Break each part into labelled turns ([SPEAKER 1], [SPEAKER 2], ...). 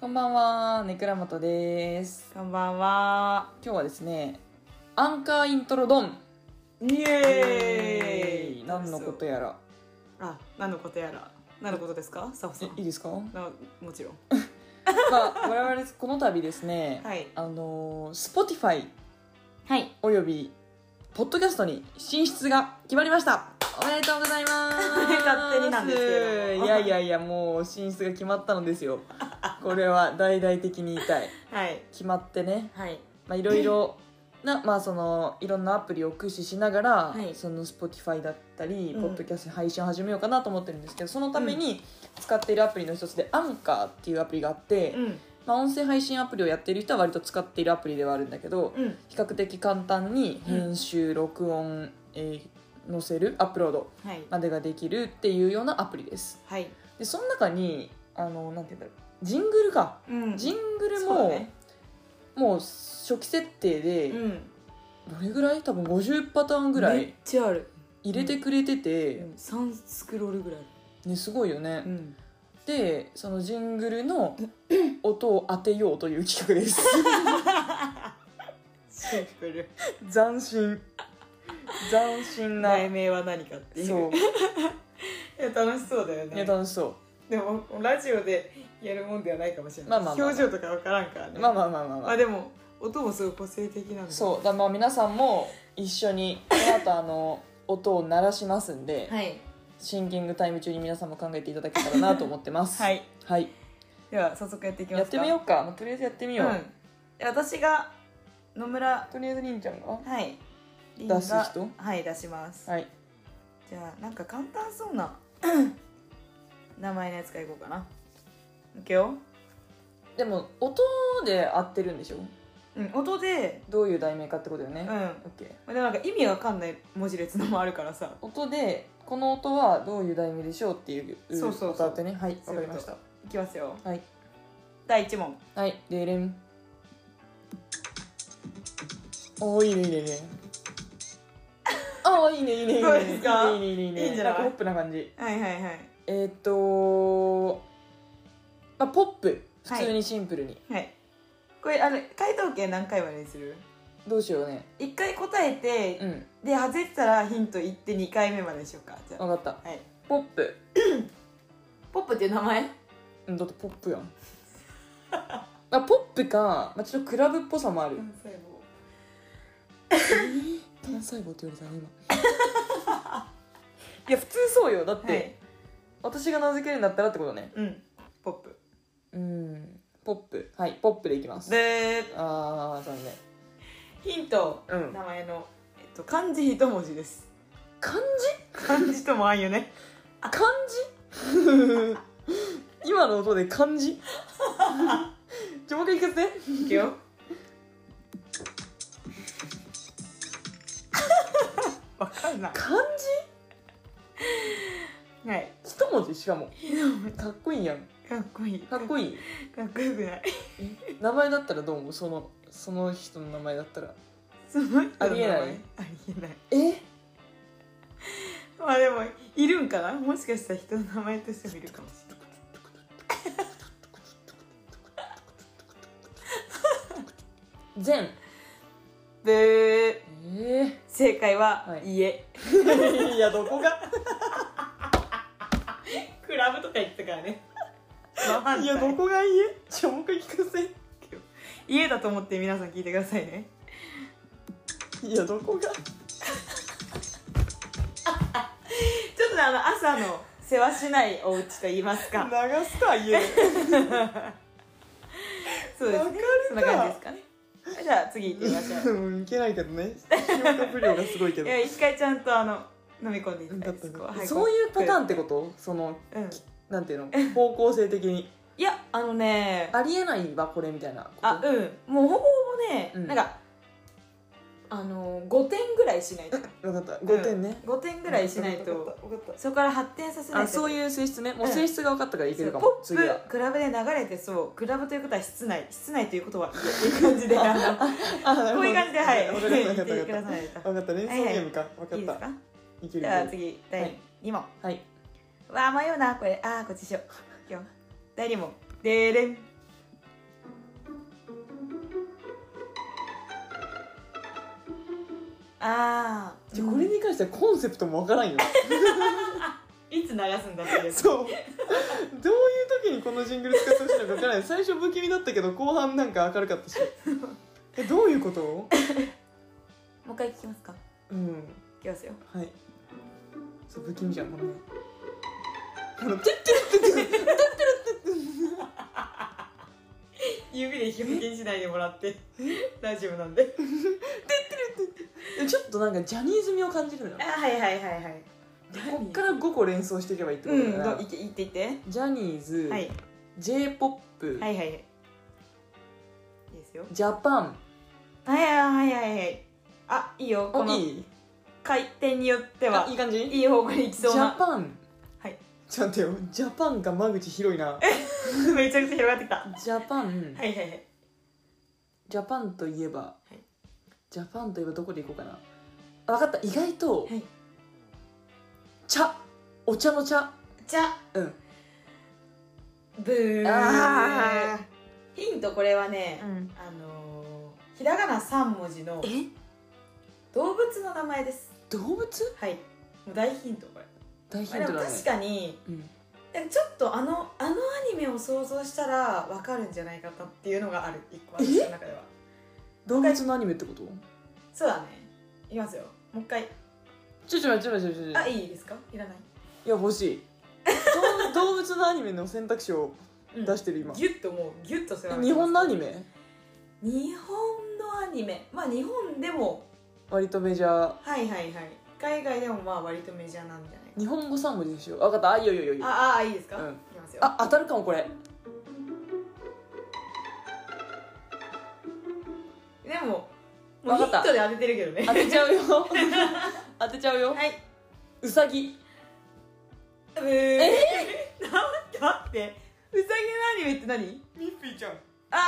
[SPEAKER 1] こんばんは、ねくらもとです。
[SPEAKER 2] こんばんは。
[SPEAKER 1] 今日はですね、アンカーイントロドン。
[SPEAKER 2] イエーイ。
[SPEAKER 1] 何のことやら。
[SPEAKER 2] あ、何のことやら。何のことですか、サホさ
[SPEAKER 1] え
[SPEAKER 2] ん。
[SPEAKER 1] いいですか？ま
[SPEAKER 2] なもちろん。
[SPEAKER 1] あ我々この度ですね、
[SPEAKER 2] はい。
[SPEAKER 1] あのー Spotify
[SPEAKER 2] はい。。
[SPEAKER 1] およびポッドキャストに進出が決まりました。おめでとうございます
[SPEAKER 2] 勝手になんですけど
[SPEAKER 1] いやいやいやもう進出が決まったのですよ。これは大々的に言いたい。
[SPEAKER 2] はい。
[SPEAKER 1] 決まってね。
[SPEAKER 2] はい。
[SPEAKER 1] まあ、いろいろ な、まあ、そのいろんなアプリを駆使しながら、
[SPEAKER 2] はい
[SPEAKER 1] その Spotify だったり、
[SPEAKER 2] うん
[SPEAKER 1] ポッドキャスト配信を始めようかなと思ってるんですけどそのために使っているアプリの一つで、アンカーっていうアプリがあって、
[SPEAKER 2] うん。
[SPEAKER 1] まあ、音声配信アプリをやっている人は割と使っているアプリではあるんだけど、
[SPEAKER 2] うん。
[SPEAKER 1] 比較的簡単に編集、録音、えー載せるアップロード
[SPEAKER 2] はい。
[SPEAKER 1] までができるっていうようなアプリです。
[SPEAKER 2] はい。
[SPEAKER 1] でその中にあのなんて言うんだろうジングルか、
[SPEAKER 2] うん
[SPEAKER 1] ジングル
[SPEAKER 2] そうだ
[SPEAKER 1] も、
[SPEAKER 2] ね
[SPEAKER 1] もう初期設定で、
[SPEAKER 2] うん。
[SPEAKER 1] どれぐらい多分50パターンぐら
[SPEAKER 2] めっ
[SPEAKER 1] い
[SPEAKER 2] ちゃある。
[SPEAKER 1] 入れてくれてて、
[SPEAKER 2] 三スクロールぐらい。
[SPEAKER 1] ね、すごいよね、
[SPEAKER 2] ん。
[SPEAKER 1] でそのジングルの音を当てようという企画です
[SPEAKER 2] シンプル。
[SPEAKER 1] 斬新斬新な
[SPEAKER 2] 題名は何かっていう。
[SPEAKER 1] そう
[SPEAKER 2] いや楽しそうだよ
[SPEAKER 1] いや
[SPEAKER 2] ね。
[SPEAKER 1] 楽しそ
[SPEAKER 2] でもラジオでやるもんではないかもしれない。
[SPEAKER 1] まあまあまあ
[SPEAKER 2] 表情とかわからんから
[SPEAKER 1] う
[SPEAKER 2] ね。
[SPEAKER 1] まあまあまあまあま
[SPEAKER 2] ま
[SPEAKER 1] あ
[SPEAKER 2] あでも音もすごい個性的なんで
[SPEAKER 1] そうだまあ皆さんも一緒にこの後あの音を鳴らしますんで、
[SPEAKER 2] はい
[SPEAKER 1] シンキングタイム中に皆さんも考えていただけたらなと思ってます、
[SPEAKER 2] はいい
[SPEAKER 1] はい、
[SPEAKER 2] では早速やっていきますか
[SPEAKER 1] やってみようか、まあ、とりあえずやってみよう、
[SPEAKER 2] んで私が野村
[SPEAKER 1] とりあえずりんちゃんが
[SPEAKER 2] はいリン
[SPEAKER 1] 出す人
[SPEAKER 2] はい出します、
[SPEAKER 1] はい
[SPEAKER 2] じゃあなんか簡単そうな 名前のやつからいこうかないくよ、
[SPEAKER 1] でも音で合ってるんでしょ
[SPEAKER 2] うん、音で
[SPEAKER 1] どういう題名かってことよ
[SPEAKER 2] う
[SPEAKER 1] ね
[SPEAKER 2] ん、ま
[SPEAKER 1] オッケー
[SPEAKER 2] あでもなんか意味わかんない文字列のもあるからさ
[SPEAKER 1] 音でこの音はどういう題名でしょうっていう
[SPEAKER 2] そうそうそう
[SPEAKER 1] 音あってねはい
[SPEAKER 2] そ
[SPEAKER 1] わ
[SPEAKER 2] う
[SPEAKER 1] か
[SPEAKER 2] いう
[SPEAKER 1] り
[SPEAKER 2] こと
[SPEAKER 1] ました
[SPEAKER 2] いきますよ
[SPEAKER 1] はい
[SPEAKER 2] 第1問
[SPEAKER 1] はいでれんおーいいねいいねいいねあーいいねいいねいいね
[SPEAKER 2] どうですか
[SPEAKER 1] いいねいいねいいね
[SPEAKER 2] いいんじゃない
[SPEAKER 1] んかポップな感じ
[SPEAKER 2] はいはいはい
[SPEAKER 1] えー、っとまあポップ普通にシンプルに、
[SPEAKER 2] はいこれあれ回答権何回までにする
[SPEAKER 1] どうしようね
[SPEAKER 2] 一回答えて、
[SPEAKER 1] うん
[SPEAKER 2] で外れてたらヒント言って2回目までにしようかじゃあ
[SPEAKER 1] わかった
[SPEAKER 2] はい
[SPEAKER 1] ポップ
[SPEAKER 2] ポップっていう名前
[SPEAKER 1] うんだってポップやんまあポップか、まあ、ちょっとクラブっぽさもある単細胞って言われたね今 いや普通そうよだって、
[SPEAKER 2] はい
[SPEAKER 1] 私が名付けるんだったらってことね
[SPEAKER 2] うんポップ
[SPEAKER 1] うんポップはいポップでいきます
[SPEAKER 2] で
[SPEAKER 1] あー残
[SPEAKER 2] ヒント
[SPEAKER 1] 念うん
[SPEAKER 2] 名前の、えっと、漢字一文字です
[SPEAKER 1] 漢
[SPEAKER 2] 漢字ともあんよね
[SPEAKER 1] 字漢字 今の音で漢字 ちょもう一回聞かせて
[SPEAKER 2] いくよわかんな
[SPEAKER 1] 漢
[SPEAKER 2] いはい
[SPEAKER 1] 字一文字しかもかっこいいやん
[SPEAKER 2] かっこいい
[SPEAKER 1] かっこいい
[SPEAKER 2] かっこよくない
[SPEAKER 1] 名前だったらどう思うそのその人の名前だったら
[SPEAKER 2] その人の名前
[SPEAKER 1] ありえない
[SPEAKER 2] ありえない
[SPEAKER 1] え
[SPEAKER 2] まあでもいるんかなもしかしたら人の名前としてもいるかもしれない
[SPEAKER 1] 善
[SPEAKER 2] ブー
[SPEAKER 1] え
[SPEAKER 2] 正解は、
[SPEAKER 1] はい
[SPEAKER 2] 家
[SPEAKER 1] ー、いやどこが
[SPEAKER 2] クラブとか行ったからね真反対
[SPEAKER 1] いやどこが家ちょもう一回聞か
[SPEAKER 2] 家だと思って皆さん聞いてくださいね
[SPEAKER 1] せいやどこが
[SPEAKER 2] ちょっとねあの朝の世話しないお家と言いますか
[SPEAKER 1] 流すか 家
[SPEAKER 2] そうですねそんな感じですかねじゃあ次行ってみましょう
[SPEAKER 1] うんいけないけどね消化不良がすごいけ
[SPEAKER 2] い
[SPEAKER 1] ど
[SPEAKER 2] や一回ちゃんとあの飲み込んでいきた
[SPEAKER 1] だ
[SPEAKER 2] い
[SPEAKER 1] っ
[SPEAKER 2] で
[SPEAKER 1] た
[SPEAKER 2] す
[SPEAKER 1] ね
[SPEAKER 2] こはい
[SPEAKER 1] そういうパターンって
[SPEAKER 2] こ
[SPEAKER 1] ことその
[SPEAKER 2] ううん
[SPEAKER 1] なんていうの方向性的に
[SPEAKER 2] いやあのね
[SPEAKER 1] ありえないわこれみたいなこと
[SPEAKER 2] あうんもうほぼほぼね、
[SPEAKER 1] うん
[SPEAKER 2] なんかあの5点ぐらいしないと
[SPEAKER 1] 分かった5点ね
[SPEAKER 2] 5点ぐらいしない
[SPEAKER 1] わか
[SPEAKER 2] と
[SPEAKER 1] ったわかっ
[SPEAKER 2] そこから発展させ
[SPEAKER 1] た
[SPEAKER 2] な
[SPEAKER 1] あ
[SPEAKER 2] いと
[SPEAKER 1] そういう性質ねもう性質が分かったからいけるかも
[SPEAKER 2] ポッ
[SPEAKER 1] 次は
[SPEAKER 2] プクラブで流れてそうクラブということは室内室内ということはっていう感じであの
[SPEAKER 1] あなるほ
[SPEAKER 2] こ
[SPEAKER 1] ど
[SPEAKER 2] ういう感じではい
[SPEAKER 1] わかった
[SPEAKER 2] 言
[SPEAKER 1] わ
[SPEAKER 2] っ
[SPEAKER 1] かったわ
[SPEAKER 2] てく
[SPEAKER 1] か
[SPEAKER 2] だ
[SPEAKER 1] っ
[SPEAKER 2] さい
[SPEAKER 1] たわかった連想ゲームかわか
[SPEAKER 2] い
[SPEAKER 1] っ
[SPEAKER 2] いです
[SPEAKER 1] た
[SPEAKER 2] か
[SPEAKER 1] いけるい
[SPEAKER 2] じ
[SPEAKER 1] け
[SPEAKER 2] ゃあ
[SPEAKER 1] る
[SPEAKER 2] 次
[SPEAKER 1] は
[SPEAKER 2] 第
[SPEAKER 1] い
[SPEAKER 2] 2問、
[SPEAKER 1] はい
[SPEAKER 2] わあ迷うなこれああこっちしよういくよ第2問でーれんああ
[SPEAKER 1] じゃあこれに関してはコンセプトもわからんよ
[SPEAKER 2] いつ流すんだってい う
[SPEAKER 1] そう どういう時にこのジングル使ってほしいのかわからない最初不気味だったけど後半なんか明るかった しえどういうこと
[SPEAKER 2] もう一回聞きますか
[SPEAKER 1] うん
[SPEAKER 2] 聞きますよ
[SPEAKER 1] はいそう不気味じゃんこの辺あの「てってるってってる
[SPEAKER 2] 指で表現しないでもらって大丈夫なんで
[SPEAKER 1] えちょっとなんかジャニーズ味を感じるのよ
[SPEAKER 2] あはいはいはいはい
[SPEAKER 1] でこっから5個連想していけばいいってことだから、
[SPEAKER 2] いっていっていって
[SPEAKER 1] ジャニーズ、
[SPEAKER 2] はい
[SPEAKER 1] j p o p
[SPEAKER 2] はいはいはいいいですよ
[SPEAKER 1] ジャパン
[SPEAKER 2] はいはいはいはいはいあいいよこ
[SPEAKER 1] お
[SPEAKER 2] の
[SPEAKER 1] いい
[SPEAKER 2] 回転によっては
[SPEAKER 1] あいい感じ
[SPEAKER 2] いい方向に行き
[SPEAKER 1] ジ
[SPEAKER 2] そう
[SPEAKER 1] ャ
[SPEAKER 2] な
[SPEAKER 1] パン
[SPEAKER 2] はい
[SPEAKER 1] ちょっと待ってよジャパンが間口広いな
[SPEAKER 2] めちゃくちゃ広がってきたは
[SPEAKER 1] ジャパン、
[SPEAKER 2] いはいはい
[SPEAKER 1] ジャパンといえば、
[SPEAKER 2] い
[SPEAKER 1] ジャパンといえばどこで行こうかな分かった意外と、
[SPEAKER 2] はい
[SPEAKER 1] 茶お茶の茶
[SPEAKER 2] じゃ
[SPEAKER 1] うん
[SPEAKER 2] ブー
[SPEAKER 1] あ
[SPEAKER 2] ヒントこれはね、
[SPEAKER 1] ん
[SPEAKER 2] あのー、ひらがな3文字の
[SPEAKER 1] え
[SPEAKER 2] 動物の名前です
[SPEAKER 1] 動物
[SPEAKER 2] はいもう大ヒントこれ
[SPEAKER 1] 大ヒ
[SPEAKER 2] まあ
[SPEAKER 1] ント
[SPEAKER 2] でも
[SPEAKER 1] だね
[SPEAKER 2] 確かに
[SPEAKER 1] うん、
[SPEAKER 2] なんかちょっとあのあのアニメを想像したらわかるんじゃないかなっていうのがある一個私の中では
[SPEAKER 1] 動物のアニメってこと
[SPEAKER 2] そうだねいきますよもう一回
[SPEAKER 1] ちょちょちょちょちょちょ
[SPEAKER 2] あいいですかいらない、
[SPEAKER 1] いや欲しい動 動物のアニメの選択肢を
[SPEAKER 2] うん
[SPEAKER 1] 出してる今
[SPEAKER 2] ギュッともうギュッとする
[SPEAKER 1] 日本のアニメ
[SPEAKER 2] 日本のアニメまあ日本でも
[SPEAKER 1] 割とメジャー
[SPEAKER 2] はいはいはい海外でもまあ割とメジャーなんじゃない
[SPEAKER 1] 日本語3文字でしょ分かったあいいよいいよいいよあ
[SPEAKER 2] ああいいですか、
[SPEAKER 1] うん
[SPEAKER 2] いきますよ
[SPEAKER 1] 当たるかもこれ
[SPEAKER 2] でももう
[SPEAKER 1] わ
[SPEAKER 2] ヒ
[SPEAKER 1] か
[SPEAKER 2] ン
[SPEAKER 1] った
[SPEAKER 2] トで当ててるけどね
[SPEAKER 1] 当てちゃうよ当てちゃうよ、
[SPEAKER 2] はいう
[SPEAKER 1] さぎ
[SPEAKER 2] うーえ ー、なんだってうさぎのアニメって何
[SPEAKER 1] ミッフィーちゃん
[SPEAKER 2] あ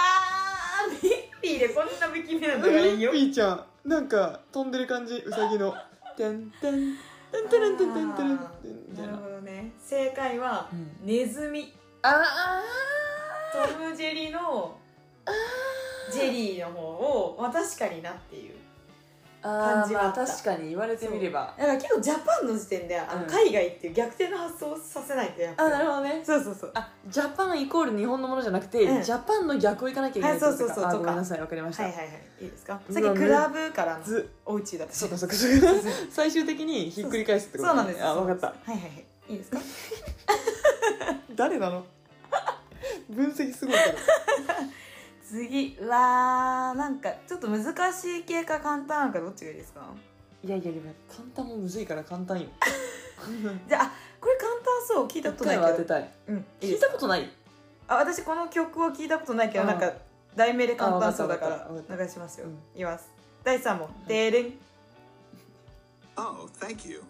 [SPEAKER 2] ーミッフィーでこんな不気味な
[SPEAKER 1] ミ
[SPEAKER 2] のがい
[SPEAKER 1] ッ
[SPEAKER 2] いよ
[SPEAKER 1] フィーちゃんなんか飛んでる感じうさぎの「てんてんてんてんてんてんてんてん」みた
[SPEAKER 2] ないる
[SPEAKER 1] な
[SPEAKER 2] ほどね正解は、
[SPEAKER 1] うん
[SPEAKER 2] ネズミ
[SPEAKER 1] あ
[SPEAKER 2] トム・ジェリのジェリーの方を、まあ、確かになっていう
[SPEAKER 1] ーあ
[SPEAKER 2] 感じはあった
[SPEAKER 1] 確かに言われてみれば
[SPEAKER 2] だから結構ジャパンの時点であの
[SPEAKER 1] うん
[SPEAKER 2] 海外っていう逆転の発想をさせないとやっぱ
[SPEAKER 1] あ
[SPEAKER 2] り
[SPEAKER 1] なるほどね
[SPEAKER 2] そうそうそう
[SPEAKER 1] あジャパンイコール日本のものじゃなくて、
[SPEAKER 2] うん
[SPEAKER 1] ジャパンの逆をいかなきゃいけないってことか
[SPEAKER 2] はいそうそうそう
[SPEAKER 1] あ
[SPEAKER 2] とか
[SPEAKER 1] ごめんなさいわかりました、
[SPEAKER 2] はいはいはいいいですか
[SPEAKER 1] うわ
[SPEAKER 2] さっきクラブからの
[SPEAKER 1] ず
[SPEAKER 2] お家だった
[SPEAKER 1] そうか
[SPEAKER 2] そ
[SPEAKER 1] そうかそうか最終的にひっくり返すって
[SPEAKER 2] う
[SPEAKER 1] ことね
[SPEAKER 2] なんです
[SPEAKER 1] あ分かった
[SPEAKER 2] はいはいはいいいですか
[SPEAKER 1] 誰なの 分析すごい
[SPEAKER 2] 次うわーなんかちょっと難しい系か簡単なのかどっちがいいですか
[SPEAKER 1] いやいやいや簡単もむずいから簡 単よ
[SPEAKER 2] じゃああこれ簡単そう聞いた
[SPEAKER 1] 一
[SPEAKER 2] ことない
[SPEAKER 1] 回は
[SPEAKER 2] けど
[SPEAKER 1] 当てたい
[SPEAKER 2] うん、いい
[SPEAKER 1] 聞い
[SPEAKER 2] です
[SPEAKER 1] たことない
[SPEAKER 2] あ私この曲を聞いたことないけど
[SPEAKER 1] うん
[SPEAKER 2] なんか題名で簡単そうだか
[SPEAKER 1] あわかったわからった
[SPEAKER 2] 流しますよ、
[SPEAKER 1] うん
[SPEAKER 2] いきます第3問「デーレン」
[SPEAKER 3] Oh, thank you.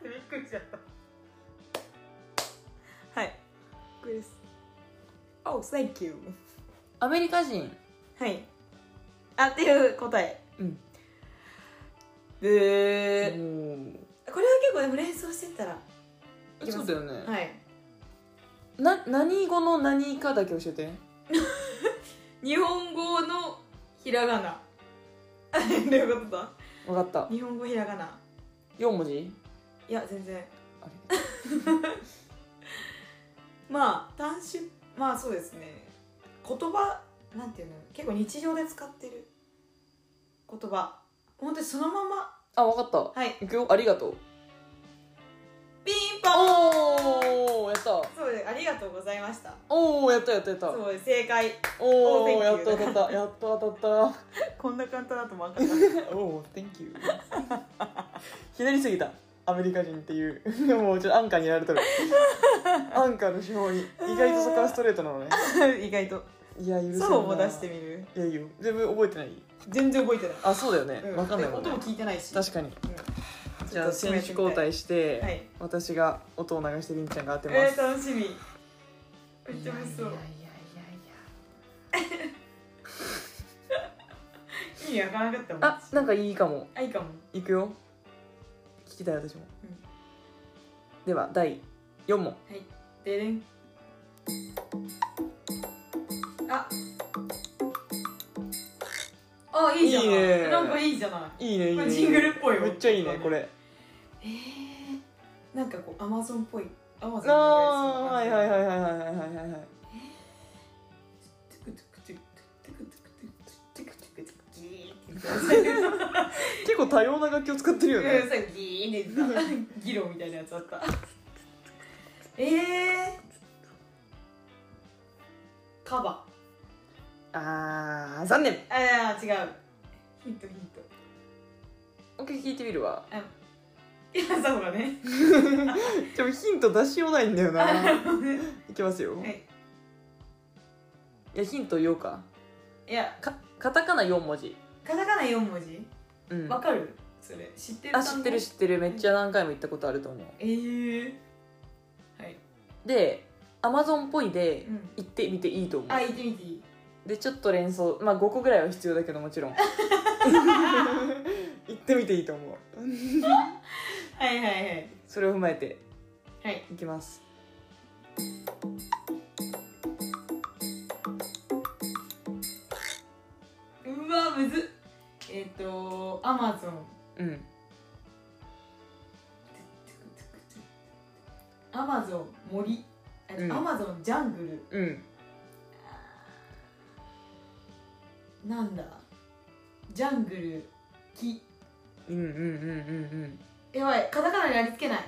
[SPEAKER 2] びっくりしちゃったはいこれです Oh thank you
[SPEAKER 1] アメリカ人
[SPEAKER 2] はいあっていう答え
[SPEAKER 1] うん
[SPEAKER 2] ブーこれは結構でも連想してたら
[SPEAKER 1] えそうだよね、
[SPEAKER 2] はい
[SPEAKER 1] な何語の何かだけ教えて
[SPEAKER 2] 日本語のひらがな どういうことだ
[SPEAKER 1] 分かった
[SPEAKER 2] 日本語ひらがな
[SPEAKER 1] 4文字
[SPEAKER 2] いや全然
[SPEAKER 1] あれ
[SPEAKER 2] まあ単種まあそうですね言葉なんていうの結構日常で使ってる言葉本当にそのまま
[SPEAKER 1] あ分かった
[SPEAKER 2] はい
[SPEAKER 1] いくよありがとう
[SPEAKER 2] ピンポン
[SPEAKER 1] おおやった
[SPEAKER 2] そうですありがとうございました
[SPEAKER 1] おおやったやったやった
[SPEAKER 2] そうです正解
[SPEAKER 1] おお
[SPEAKER 2] Oh, thank you
[SPEAKER 1] やった当たったやっと当たっ
[SPEAKER 2] こんな簡単だと思わなかった
[SPEAKER 1] たおお Thank you ひねりすぎたアメリカ人っていうもうちょっとアンカーにやられとるアンカーの手法に意外とそこはストレートなのね
[SPEAKER 2] 意外と
[SPEAKER 1] いや許せんな
[SPEAKER 2] そうも出してみる
[SPEAKER 1] いやいいよ全部覚えてない
[SPEAKER 2] 全然覚えてない、
[SPEAKER 1] あそうだよね、
[SPEAKER 2] う
[SPEAKER 1] わかんないもん
[SPEAKER 2] 音
[SPEAKER 1] ね
[SPEAKER 2] も聞いてないし
[SPEAKER 1] 確かに
[SPEAKER 2] うん
[SPEAKER 1] じゃあ
[SPEAKER 2] ちょっと
[SPEAKER 1] 選手交代して、
[SPEAKER 2] はい
[SPEAKER 1] 私が音を流してりんちゃんが当てま
[SPEAKER 2] え
[SPEAKER 1] す
[SPEAKER 2] ー、、楽しみめっちゃ美味しそう
[SPEAKER 1] いや
[SPEAKER 2] いいやかなかったもん
[SPEAKER 1] あなんかいいかも
[SPEAKER 2] あいいかも
[SPEAKER 1] いくよ聞きたい私も、
[SPEAKER 2] うん
[SPEAKER 1] では第4問
[SPEAKER 2] はいででんああいいじゃない
[SPEAKER 1] いいね
[SPEAKER 2] なんかいいじゃない
[SPEAKER 1] いいねいい
[SPEAKER 2] こ
[SPEAKER 1] ね
[SPEAKER 2] れジングルっぽいよ
[SPEAKER 1] めっちゃいいねこれ
[SPEAKER 2] えー、なんかこうアマゾンっぽいアマ
[SPEAKER 1] あ
[SPEAKER 2] ゾン
[SPEAKER 1] ーはいはいはいいはいはいはいはいはい
[SPEAKER 2] トゥクトゥクトゥクトゥクトゥクトゥクトゥクトゥクトゥクギーって
[SPEAKER 1] 結構多様な楽器を使ってるよ
[SPEAKER 2] うん
[SPEAKER 1] ね
[SPEAKER 2] さギーって言ってたギロみたいなやつあったええー、カバ
[SPEAKER 1] あー残念
[SPEAKER 2] ああ違うヒントヒント
[SPEAKER 1] オッケー聞いてみるわ
[SPEAKER 2] いやそうだね
[SPEAKER 1] でもヒント出しようないんだよ な
[SPEAKER 2] はい
[SPEAKER 1] きますよ、い、
[SPEAKER 2] い
[SPEAKER 1] やヒント言おうか
[SPEAKER 2] いや
[SPEAKER 1] かカタカナ4文字
[SPEAKER 2] カタカナ四文字
[SPEAKER 1] うん
[SPEAKER 2] わかるそれ知ってる
[SPEAKER 1] あ知ってる知ってるめっちゃ何回も言ったことあると思
[SPEAKER 2] ええー、はい、
[SPEAKER 1] うでアマゾンっぽいで
[SPEAKER 2] うん、
[SPEAKER 1] 行ってみていいと思
[SPEAKER 2] あ行ってみていいう
[SPEAKER 1] でちょっと連想まあ5個ぐらいは必要だけどもちろ ん行ってみていいと思う
[SPEAKER 2] はいはいはい
[SPEAKER 1] それを踏まえて
[SPEAKER 2] はい
[SPEAKER 1] いきます
[SPEAKER 2] うわむずっえっ、ー、とアマゾン
[SPEAKER 1] うん
[SPEAKER 2] アマゾン森あ
[SPEAKER 1] うん
[SPEAKER 2] アマゾンジャングル
[SPEAKER 1] うん
[SPEAKER 2] なんだジャングル木
[SPEAKER 1] うんうんうん うん
[SPEAKER 2] やばいカタカナにありつけない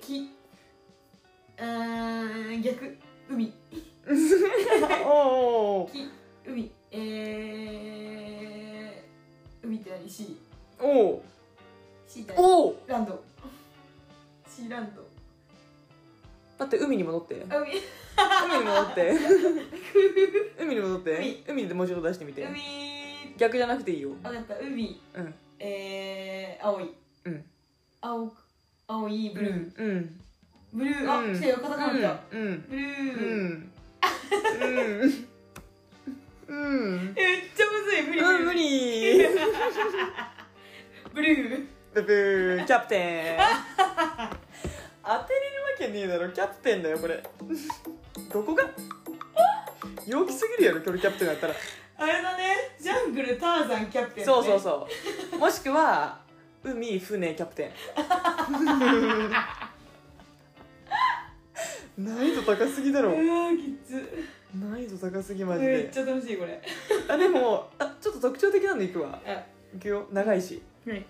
[SPEAKER 2] 木うーん逆海
[SPEAKER 1] うんおー
[SPEAKER 2] 木海えー、海って何シ
[SPEAKER 1] おー
[SPEAKER 2] シーって何
[SPEAKER 1] おお
[SPEAKER 2] ランドシーランド
[SPEAKER 1] 待って海に戻って
[SPEAKER 2] あ海
[SPEAKER 1] 海に戻って海に戻って
[SPEAKER 2] 海
[SPEAKER 1] 海でもうちょっと出してみて
[SPEAKER 2] 海
[SPEAKER 1] 逆じゃなくていいよ
[SPEAKER 2] 分かった海
[SPEAKER 1] うん
[SPEAKER 2] えー、青い、
[SPEAKER 1] うん、
[SPEAKER 2] 青く青いブルー、
[SPEAKER 1] うん
[SPEAKER 2] ブルーあ、
[SPEAKER 1] うん
[SPEAKER 2] 来たよカタカナ来た、
[SPEAKER 1] うん
[SPEAKER 2] ブ
[SPEAKER 1] う
[SPEAKER 2] ル
[SPEAKER 1] ん
[SPEAKER 2] ー、
[SPEAKER 1] うんうん
[SPEAKER 2] えめっちゃむずい無理
[SPEAKER 1] うん無理
[SPEAKER 2] ブルー
[SPEAKER 1] ブブーキャプテン当てれるわけねえだろキャプテンだよこれどこが陽気すぎるやろこれキャプテンだったら、
[SPEAKER 2] あれだねジャングルターザンキャプテン、ね、
[SPEAKER 1] そうそうそうもしくは海船キャプテン 難易度高すぎだ
[SPEAKER 2] う
[SPEAKER 1] ろ
[SPEAKER 2] わーきつ
[SPEAKER 1] 難易度高すぎマジ
[SPEAKER 2] めっ
[SPEAKER 1] で
[SPEAKER 2] ちゃ楽しいこれ
[SPEAKER 1] あでもあちょっと特徴的なんでいくわ
[SPEAKER 2] あ
[SPEAKER 1] いくよ長いし
[SPEAKER 2] はい
[SPEAKER 1] で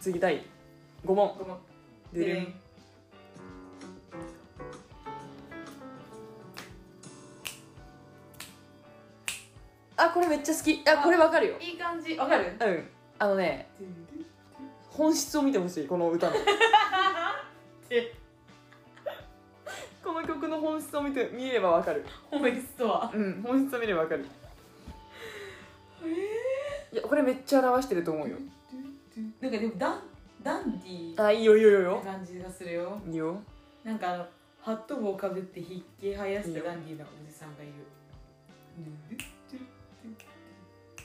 [SPEAKER 1] 次第5問
[SPEAKER 2] ご
[SPEAKER 1] で
[SPEAKER 2] めんで
[SPEAKER 1] る
[SPEAKER 2] れん
[SPEAKER 1] んあこれめっちゃ好きあこれわかるよ
[SPEAKER 2] いい感じわかる
[SPEAKER 1] うんあのね本質を見てほしいこの歌の この曲の本質を見て見ればわかる
[SPEAKER 2] 本質とは
[SPEAKER 1] うん本質を見ればわかる
[SPEAKER 2] ええ
[SPEAKER 1] いやこれめっちゃ表してると思うよ
[SPEAKER 2] なんかでもダンダンディー
[SPEAKER 1] あいいよいいよいい
[SPEAKER 2] な
[SPEAKER 1] よ
[SPEAKER 2] 感じがするよ
[SPEAKER 1] いいよ
[SPEAKER 2] なんかあのハット帽をかぶって筆記生やしたダンディーなおじさんがいる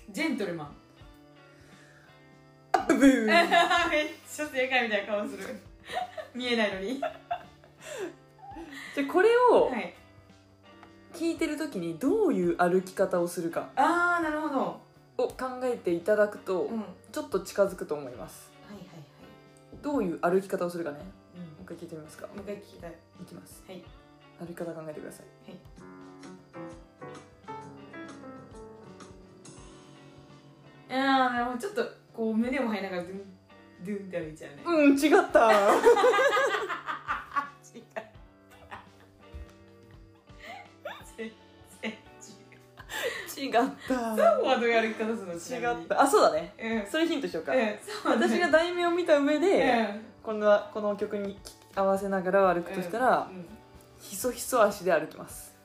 [SPEAKER 2] ジェントルマン
[SPEAKER 1] ブブー
[SPEAKER 2] めっちゃ正解みたいな顔する見えないのには
[SPEAKER 1] じゃあこれを
[SPEAKER 2] い
[SPEAKER 1] 聞いてる時にどういう歩き方をするか
[SPEAKER 2] ああなるほど
[SPEAKER 1] を考えていただくと
[SPEAKER 2] うんはいはい
[SPEAKER 1] ちょっと近づくと思います
[SPEAKER 2] はい
[SPEAKER 1] どういう歩き方をするかねも
[SPEAKER 2] うん
[SPEAKER 1] う一回聞いてみますか
[SPEAKER 2] もう一回聞きたい
[SPEAKER 1] いきます
[SPEAKER 2] はい
[SPEAKER 1] 歩き方考えてください
[SPEAKER 2] ああなるほどちょっとこう胸も張りながらドゥンドゥンって歩いちゃうね
[SPEAKER 1] うん違った
[SPEAKER 2] 違う全然違
[SPEAKER 1] 違った
[SPEAKER 2] うはどうやる方するの
[SPEAKER 1] 違ったあそうだね
[SPEAKER 2] うん
[SPEAKER 1] それヒントしようか、
[SPEAKER 2] うんそう
[SPEAKER 1] 私が題名を見た上で、
[SPEAKER 2] うん
[SPEAKER 1] こんなこの曲に合わせながら歩くとしたら、
[SPEAKER 2] うん
[SPEAKER 1] ひそひそ足で歩きます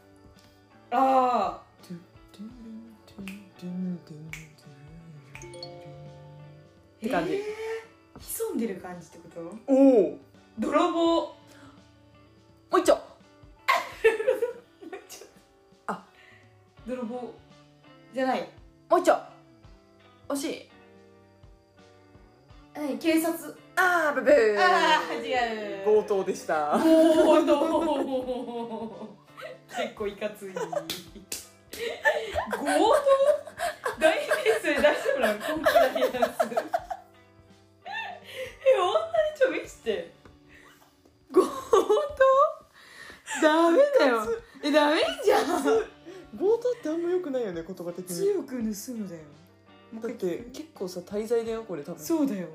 [SPEAKER 2] あ
[SPEAKER 1] ドゥンドゥンドゥンドゥンドゥンドゥン
[SPEAKER 2] って
[SPEAKER 1] 感じ
[SPEAKER 2] 潜んでる感じってこと
[SPEAKER 1] おお
[SPEAKER 2] 泥棒
[SPEAKER 1] もう一丁
[SPEAKER 2] あ泥棒じゃない
[SPEAKER 1] もう一丁惜しい
[SPEAKER 2] はい警察
[SPEAKER 1] あーブブー
[SPEAKER 2] あー違う
[SPEAKER 1] 強盗でした
[SPEAKER 2] おーど結構いかつい強盗大名それ大丈夫なのコンプライアンスえ本当にちょびして
[SPEAKER 4] 強盗ダメだよえダメじゃん
[SPEAKER 1] 強盗ってあんま良くないよね言葉的に
[SPEAKER 2] 強く盗むだよ
[SPEAKER 1] だって結構さ滞在だよこれ多分
[SPEAKER 2] そうだよ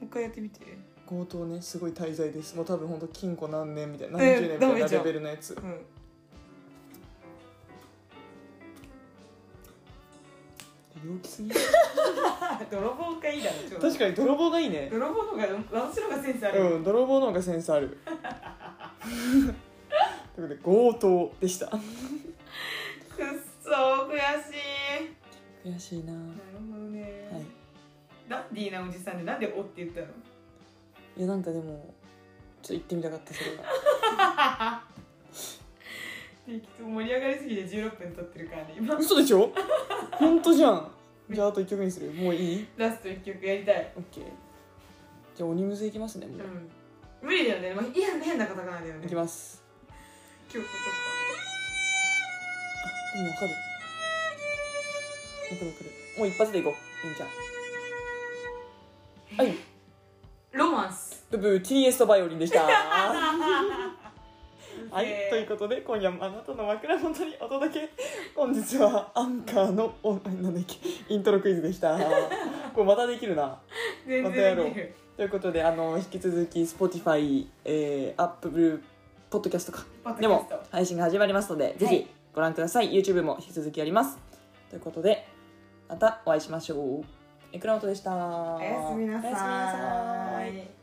[SPEAKER 2] もう一回やってみて
[SPEAKER 1] 強盗ねすごい滞在ですもう多分ほんと金庫何年みたいな何十年みたいなレベルのやつ
[SPEAKER 2] うん
[SPEAKER 1] 陽気すぎ
[SPEAKER 2] 泥棒かいいだろちょっと
[SPEAKER 1] 確かに泥棒がいいね
[SPEAKER 2] 泥棒の方が私の方がセンスある、
[SPEAKER 1] うん泥棒の方がセンスあ るということで強盗でした
[SPEAKER 2] くっそー悔しい
[SPEAKER 1] 悔しいな
[SPEAKER 2] なるほどね、
[SPEAKER 1] はい
[SPEAKER 2] ダンディーなおじさんでなんで「お」って言ったの
[SPEAKER 1] いやなんかでもちょっと行ってみたかったそれが
[SPEAKER 2] 適当盛り上がりすぎて16分経ってるからね 今
[SPEAKER 1] 嘘でしょ本当じゃん じゃああと1曲にするもういい
[SPEAKER 2] ラスト1曲やりたい
[SPEAKER 1] ?OK じゃあ鬼ムズいきますねもう、
[SPEAKER 2] うん無理だよね、まあ、いや変なカタカナだよね
[SPEAKER 1] いきます
[SPEAKER 2] 今日
[SPEAKER 1] でもわかるわかるわかるもう一発でいこういいんじゃんはい
[SPEAKER 2] ロマ ンス
[SPEAKER 1] ブブー TS とバイオリンでした は
[SPEAKER 2] はい
[SPEAKER 1] ということで今夜もあなたの枕元にお届け本日はアンカーのおなんだっけイントロクイズで したこれまたできるな
[SPEAKER 2] 全
[SPEAKER 1] またや
[SPEAKER 2] 然
[SPEAKER 1] ろ
[SPEAKER 2] で
[SPEAKER 1] う
[SPEAKER 2] きる
[SPEAKER 1] ということであの引き続き Spotify、えー、Apple ポッドキャストか
[SPEAKER 2] パッ
[SPEAKER 1] で
[SPEAKER 2] ドキャ
[SPEAKER 1] も
[SPEAKER 2] スト
[SPEAKER 1] 配信が始まりますので、ぜひご覧ください YouTube も引き続きやりますということでまたお会いしましょうエクラウトでした
[SPEAKER 2] おやすみなさ
[SPEAKER 1] おやすみなさ
[SPEAKER 2] ー
[SPEAKER 1] ーい
[SPEAKER 2] い